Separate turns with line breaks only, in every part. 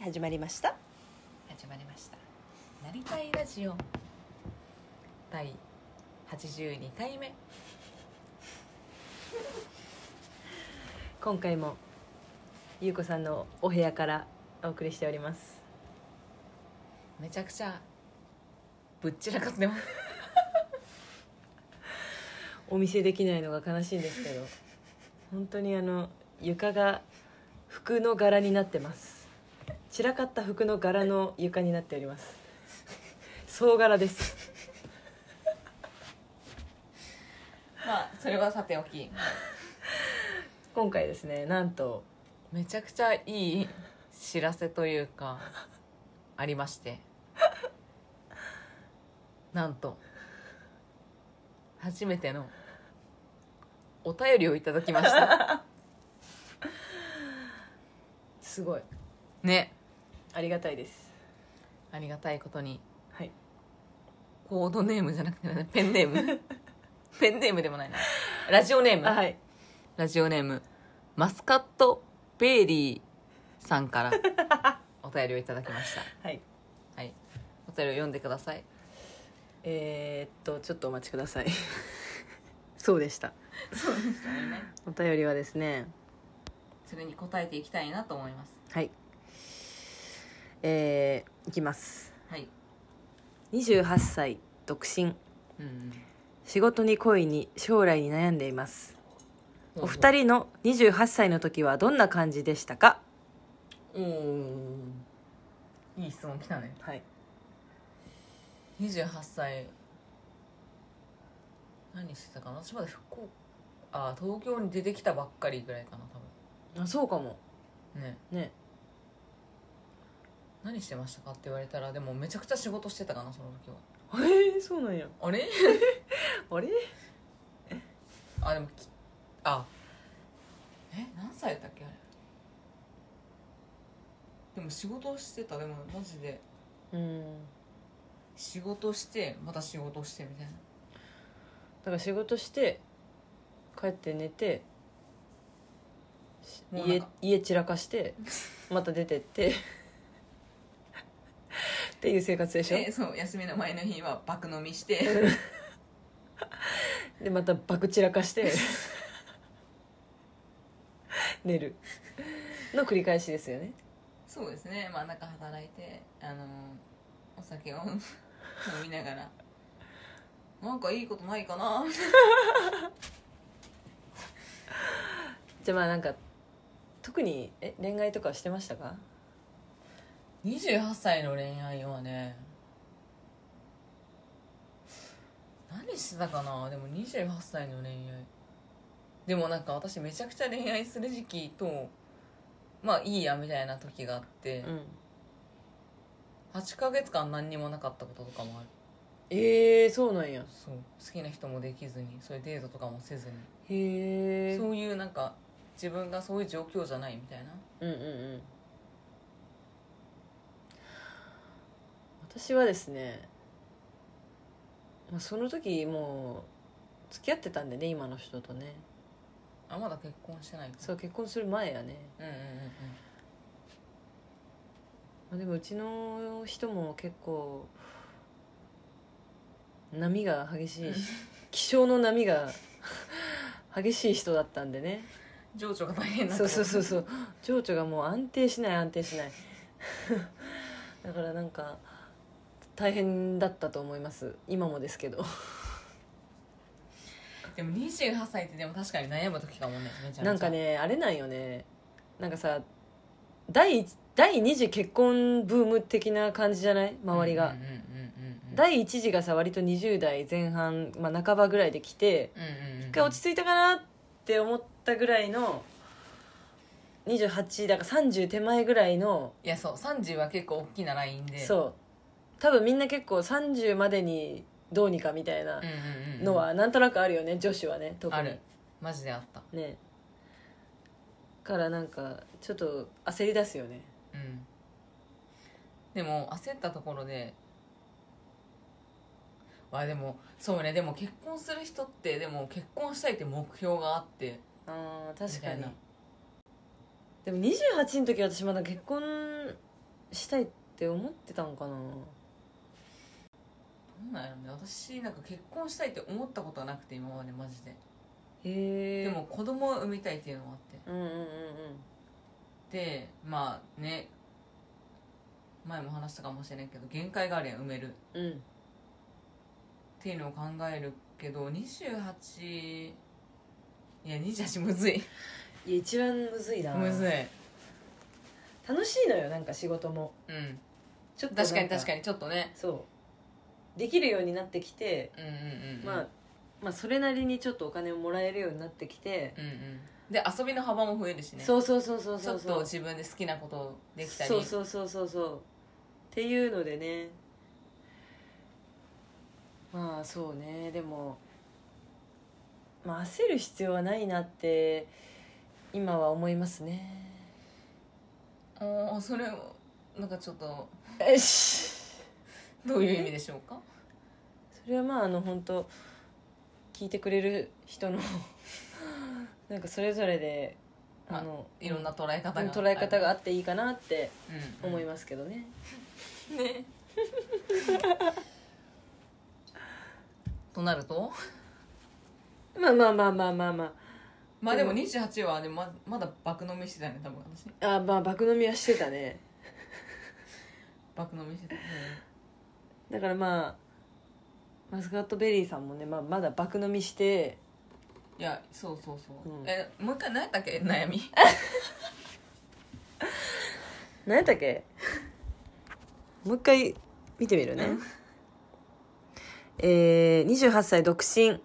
始まりました
始まりました「なりたいラジオ」第82回目
今回もゆうこさんのお部屋からお送りしております
めちゃくちゃぶっちらかってます
お見せできないのが悲しいんです けど本当にあの床が服の柄になってます散らかった服の柄の床になっております総柄です
まあそれはさておき
今回ですねなんと
めちゃくちゃいい知らせというかありましてなんと初めてのお便りをいただきま した
すごい
ね
ありがたいです
ありがたいことに
はい
コードネームじゃなくて、ペンネーム ペンネームでもないなラジオネーム、
あはい
ラジオネームマスカット・ベイリーさんから お便りをいただきました
はい
はいお便りを読んでください
えー、っとちょっとお待ちく ださいそうでしたお便りはですね
それに答えていきたいなと思います
はいえー、いきます
はい
28歳独身
うん
仕事に恋に将来に悩んでいますお二
人
人の28歳の時はどんな感じでしたか
いい質問来たね
はい
28歳何してたかな私まだ福岡あ東京に出てきたばっかりぐらいかな多
あそうかも
分ね
ね
何してましたかって言われたらでもめちゃくちゃ仕事してたかなその時は
えー、そうなんや
あれ
あれ
あでもきあえ何歳だったっけあれでも仕事をしてたでもマジで
うん
仕事してまた仕事してみたいな
だから仕事して帰って寝てし
もうなん
家
か
家散らかして また出てってっていう生活でし
で
ょ
そう休みの前の日は爆飲みして
でまた爆散らかして寝るの繰り返しですよね
そうですねまあなんか働いてあのお酒を飲みながらなんかいいことないかな
じゃあまあなんか特にえ恋愛とかしてましたか
28歳の恋愛はね何してたかなでも28歳の恋愛でもなんか私めちゃくちゃ恋愛する時期とまあいいやみたいな時があって、
うん
8ヶ月間何にもなかったこととかもある
えー、そうなんや
そう好きな人もできずにそういうデートとかもせずに、
へえ
そういうなんか自分がそういう状況じゃないみたいな
うんうんうん私はですね、まあ、その時もう付き合ってたんでね今の人とね
あまだ結婚してないか
そう結婚する前やね、
うんうんうんうん
まあ、でもうちの人も結構波が激しい し気象の波が 激しい人だったんでね
情緒が大変な
そうそうそうそう情緒がもう安定しない安定しない だからなんか大変だったと思います今もですけど
でも28歳ってでも確かに悩む時かもねめちゃめちゃ
なんかねあれなんよねなんかさ第一第2次結婚ブーム的な感じじゃない周りが、
うんうんうんうんうん
第1次がさ割と20代前半、まあ、半ばぐらいで来て
うんうんうん
一回落ち着いたかなって思ったぐらいの28だから30手前ぐらいの
いやそう30は結構大きなラインでう、
そう多分みんな結構30までにどうにかみたいな
うんうんうんうん、
のはなんとなくあるよね女子はね特に
あるマジであった
ねからなんかちょっと焦り出すよね
うんでも焦ったところでわでもそうねでも結婚する人ってでも結婚したいって目標があって
あー確かに
みたいな
でも28の時私まだ結婚したいって思ってたのかな
なんやろね私なんか結婚したいって思ったことはなくて今までマジで
へえ
でも子供を産みたいっていうのもあっ
うんうんうん
てでまあね前も話したかもしれないけど限界があるやん産めるっ
うんうん
ていうのを考えるけど28いや28むずい
いや一番むずいな
むずい
楽しいのよなんか仕事も
うん
ちょっと
確かに確か
に
にちょっとね
そうできるようになってきて、
うんうんうんうん
まあまあそれなりにちょっとお金をもらえるようになってきて、
うんうんで遊びの幅も増えるしね
そうそうそうそうそう
ちょっと自分で好きなことできたり
そうそうそうそうそうっていうのでねまあそうねでも、まあ、焦る必要はないなって今は思いますね
おーそれをなんかちょっと
よし
どういう意味でしょうか
それはまああの本当聞いてくれる人の なんかそれぞれで
まあ
あの
いろんな捉え方が
捉え方があっていいかなって
うん
思いますけどね、
ねとなると
まあまあまあまあまあまあ
まあでも28はでもままだ爆飲みしてたよね多分私
あまあ爆飲みはしてたね
爆飲みしてた、
だからまあマスカットベリーさんもね、まあ、まだ爆飲みして
いやそうそうそう、
うん
えもう一回何やったっけ悩み
何やったっけ もう一回見てみるねえー、28歳独身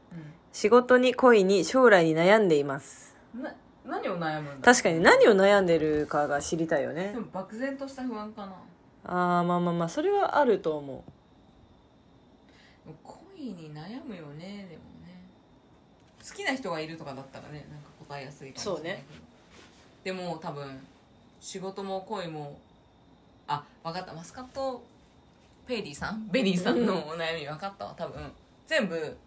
仕事に恋に将来に悩んでいます
うんな何を悩むんだろう
確かに何を悩んでるかが知りたいよね
でも漠然とした不安かな
ああまあまあまあそれはあると思う
でも恋に悩むよねでもね好きな人がいるとかだったらねなんか答えやすいかもしれないけどでも多分仕事も恋もあ分かったマスカットペリーさんベリーさんのお悩み分かったわ多分全部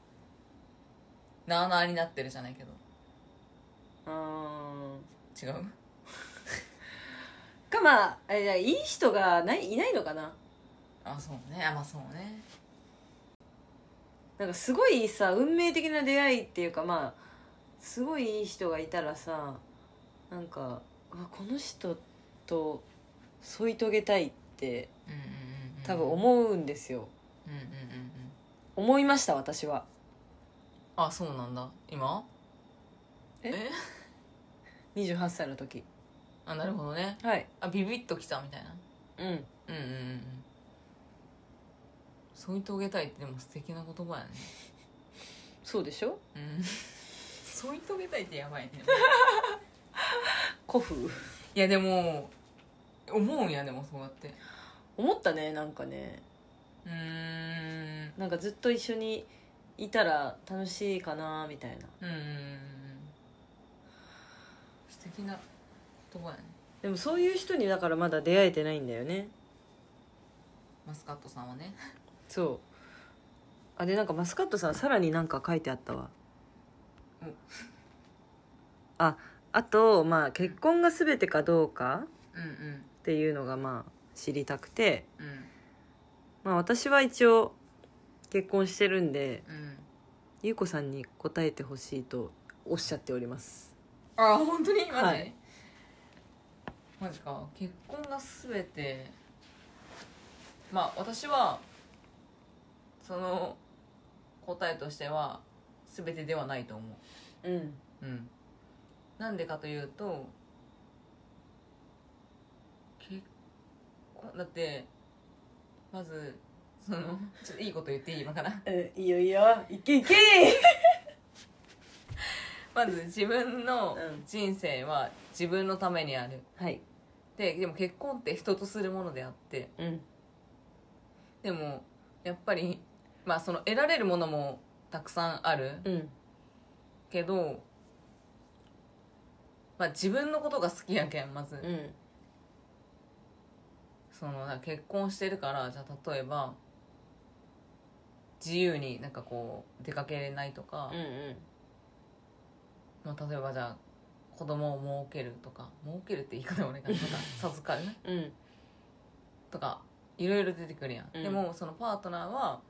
なあなあになってるじゃないけど
あ
違う
ーかまあえじゃあいい人がないいないのかな
あそうねあまあそうね
なんかすごいさ運命的な出会いっていうかまあすごいいい人がいたらさなんかうわこの人と添い遂げたいって
うんうんうんうん
多分思うんですよ、
うんうんうんうん
思いました私は
あそうなんだ今
え28歳の時
あなるほどね
はい
あビビッときたみたいな
うん
うんうんうんうん添い遂げたいってでも素敵な言葉やね
そうでしょ
うん 添い遂げたいってやばい ね
古風
いやでも思うんやでもそうやって
思ったねなんかね
うーん
なんかずっと一緒にいたら楽しいかなみたいな
うんうんうんうん素敵な言葉やね
でもそういう人にだからまだ出会えてないんだよね
マスカットさんはね
そうあでなんかマスカットさんさらになんか書いてあったわ
うん
ああとまあ結婚が全てかどうか
うんうん
っていうのがまあ知りたくて
うん
まあ私は一応結婚してるんで
うん
ゆうこさんに答えてほしいとおっしゃっております
あ本当にマジ、
はい
マジか結婚が全てまあ私はその答えとしては全てではないと思
うん
ううんなんでかというと結婚だってまずそのちょっといいこと言っていい今から
えいいよいいよいけいけ
まず自分の
うん
人生は自分のためにある
はい
ででも結婚って人とするものであって
うん
でもやっぱりまあその得られるものもたくさんある
うん
けど、まあ、自分のことが好きやけんまず
うん
そのなんか結婚してるからじゃあ例えば自由になんかこう出かけれないとか、
ん
まあ、例えばじゃあ子供を設けるとか設けるって言い方俺がまた授かる
うん
とかいろいろ出てくるやん、
うん
でもそのパートナーは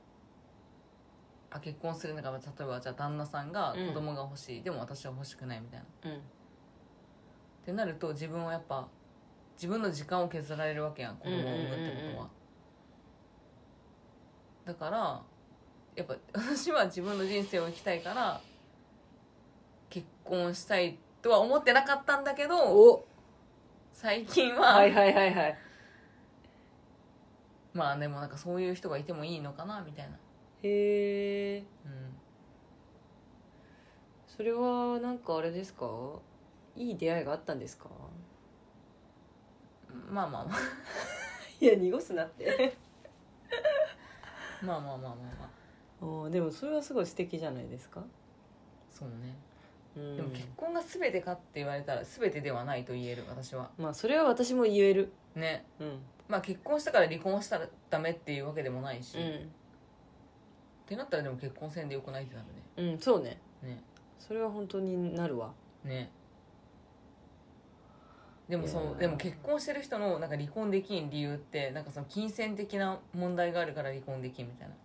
あ結婚するのか例えばじゃあ旦那さんが
うん
子供が欲しい、でも私は欲しくないみたいなっ
うん
てなると自分はやっぱ自分の時間を削られるわけやん子供を産むってことは、
うんうんうんうん
だからやっぱ 私は自分の人生を生きたいから結婚したいとは思ってなかったんだけど
お
最近は、
はいはいはいはい
まあでもなんかそういう人がいてもいいのかなみたいな
へえ
うん
それはなんかあれですかいい出会いがあったん ですか
まあまあま
いや濁すなって
あまあまあまあまあまあ
おでもそれはすごい素敵じゃないですか、
そうね、
うん、
でも結婚が全てかって言われたら全てではないと言える私は
まあそれは私も言える
ね
うん
まあ結婚したから離婚したらダメっていうわけでもないし、っ
う
てなったらでも結婚せんでよくないってなる
ん、うん、そうね
ね
それは本当になるわ
ねねでもそ
いや
の
ー
でも結婚してる人のなんか離婚できん理由ってなんかその金銭的な問題があるから離婚できんみたいな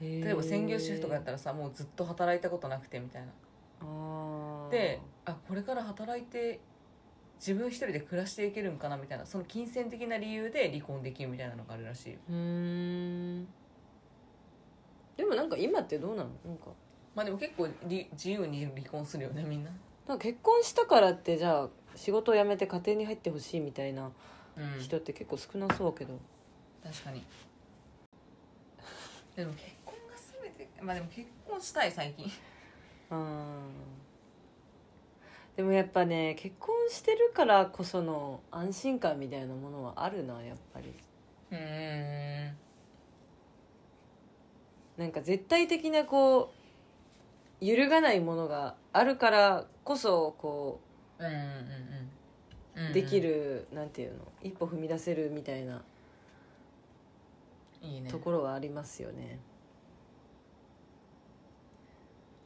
例
例えば専業主婦とかやった
ら
らさもうずっと働いたことなくてみたいな
あー
であこれから働いて自分一人で暮らしていけるんかなみたいなその金銭的な理由で離婚できるみたいなのがあるらしいよ
うーんでもなんか今ってどうなのなんか
まあでも結構り自由に離婚するよねみんな
なんか結婚したからってじゃあ仕事を辞めて家庭に入ってほしいみたいな
うん
人って結構少なそうだけど、
確かにでも結婚が全てまあでも結婚したい最近
あーでもやっぱね結婚してるからこその安心感みたいなものはあるなやっぱり
うーん
なんか絶対的なこう揺るがないものがあるからこそこ
うんうんうんうん
うできる、なんていうの一歩踏み出せるみたいない
いね
ところはありますよね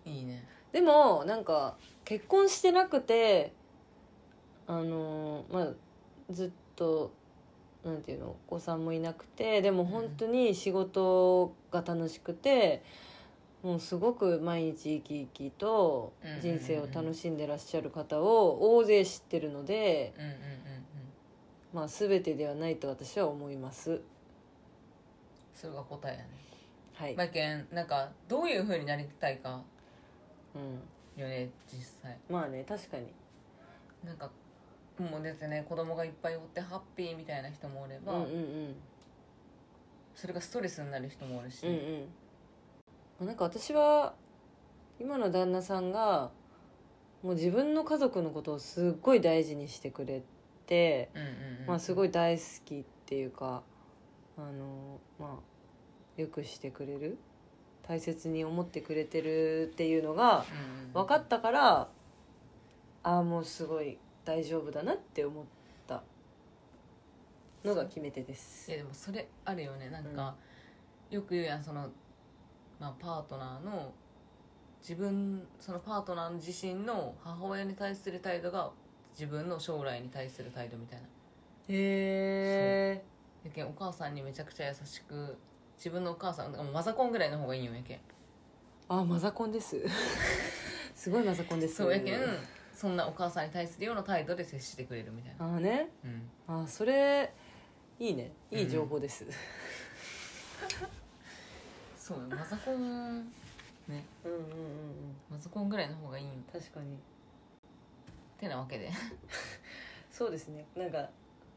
いいね
でもなんか結婚してなくてあのーまあずっとなんていうのお子さんもいなくてでも本当に仕事が楽しくて、もうすごく毎日生き生きと
うんうんうんうん
人生を楽しんでらっしゃる方を大勢知ってるので、
うんうんうんうん
まあ、全てではないと私は思います。
それが答えやね
はい、
まあけんなんかどういうふうになりたいか
うん、
よね実際
まあね確かに、
なんかもうですね子供がいっぱいおってハッピーみたいな人もおれば、
うんうんうん
それがストレスになる人もおるし、
うんうんまあなんか私は今の旦那さんがもう自分の家族のことをすっごい大事にしてくれて、
うんうんうん
まあ、すご
い
い大好きっていうかあの、まあ、よくしてくれる大切に思ってくれてるっていうのが分か
た
ったからああもうすごい大丈夫だなって思ったのが決め手です
い。やでもそれあるよねなんか、よく言うやんその、まあ、パートナーの自分そのパートナー自身の母親に対する態度が自分の将来に対する態度みたいな
へえ
やけんお母さんにめちゃくちゃ優しく自分のお母さんだからもうマザコンぐらいの方がいいよやけん
あマザコンです すごいマザコンです
そうやけんそんなお母さんに対するような態度で接してくれるみたいな、
ああね
うん、
あそれいいねいい情報です、
そうよマザコンね
うん、うんうん
マザコンぐらいの方がいいんだ
確かに
てなわけで
そうですねなんか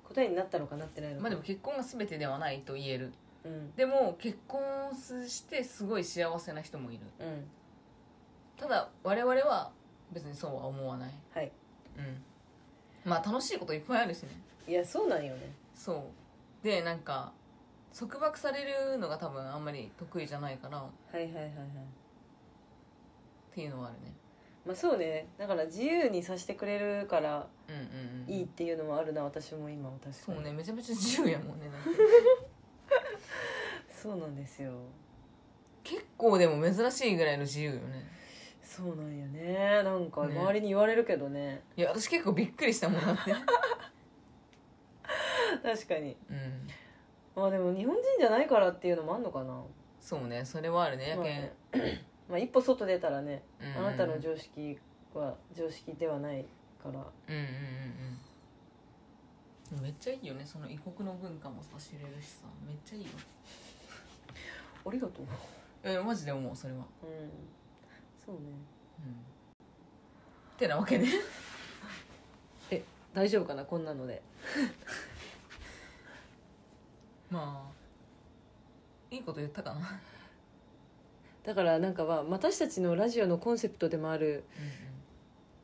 答えになったのかなってないの
まあ
か
でも結婚が全てではないと言える
うん
でも結婚してすごい幸せな人もいる
うん
ただ我々は別にそうは思わない
はい
うんまあ楽しいこといっぱいあるしね
いやそうなんよね
そうでなんか束縛されるのが多分あんまり得意じゃないからっ
はいはいはいはい
ていうのはあるね
まあそうねだから自由にさせてくれるから
うんうん、うん、
いいっていうのもあるな私も今は確かに
そうねめちゃめちゃ自由やもんねなんか
そうなんですよ
結構でも珍しいぐらいの自由よね
そうなんよねなんか
ね
周りに言われるけどね
いや私結 構びっくりしたもんだって
確かに
うん
まあでも日本人じゃないからっていうのもあんのかな、
そうねそれはあるねや
まあ
け
ねまあ一歩外出たらね、
ん、
あなたの常識は常識ではないから
うんうんうんうんめっちゃいいよねその異国の文化もさ知れるしさめっちゃいいよ
ありがとう、
えマジで思うそれは、
うん、そうね
うん、てなわ けで
大丈夫かなこんなので
まあいいこと言ったかな
だからなんかは私たちのラジオのコンセプトでもある
うんうん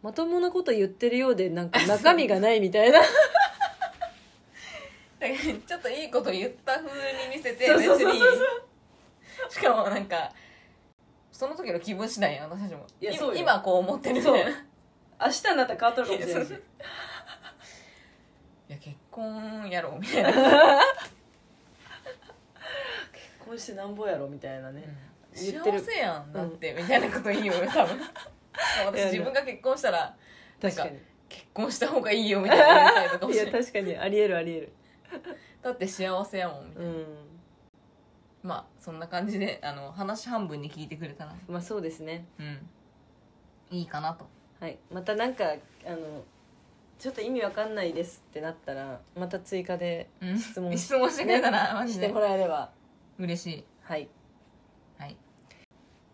まともなこと言ってるようでなんか中身がないみたいな
だから ちょっといいこと言った風に見せて
そう
別
そうそう
に
そう
しかもなんかその時の気分次第や私たちも
いや
い
そうよ
今こう思ってるみ
そう
たいない
明日になったら変わっとるかもし れない し
や結婚やろみたいな、
こうしてなんぼやろみたいなね、言って
幸
る
せやんだって、みたいなこと言いよ 多分私自分が結婚したら
確かに
結婚した方がいいよみたいな言いたいのかも
い
しれ
や
ない
確かにありえるありえる
だって幸せやもんみたいな
うん
まあそんな感じであの話半分に聞いてくれたら
まあそうですね
うんいいかなと
はいまたなんかあのちょっと意味わかんないですってなったらまた追加で
うん
質問
質問してくれたら、マジ
して
で
もらえれば
嬉しい
はい
はい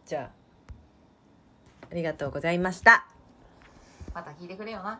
じゃあありがとうございました
また聞いてくれよな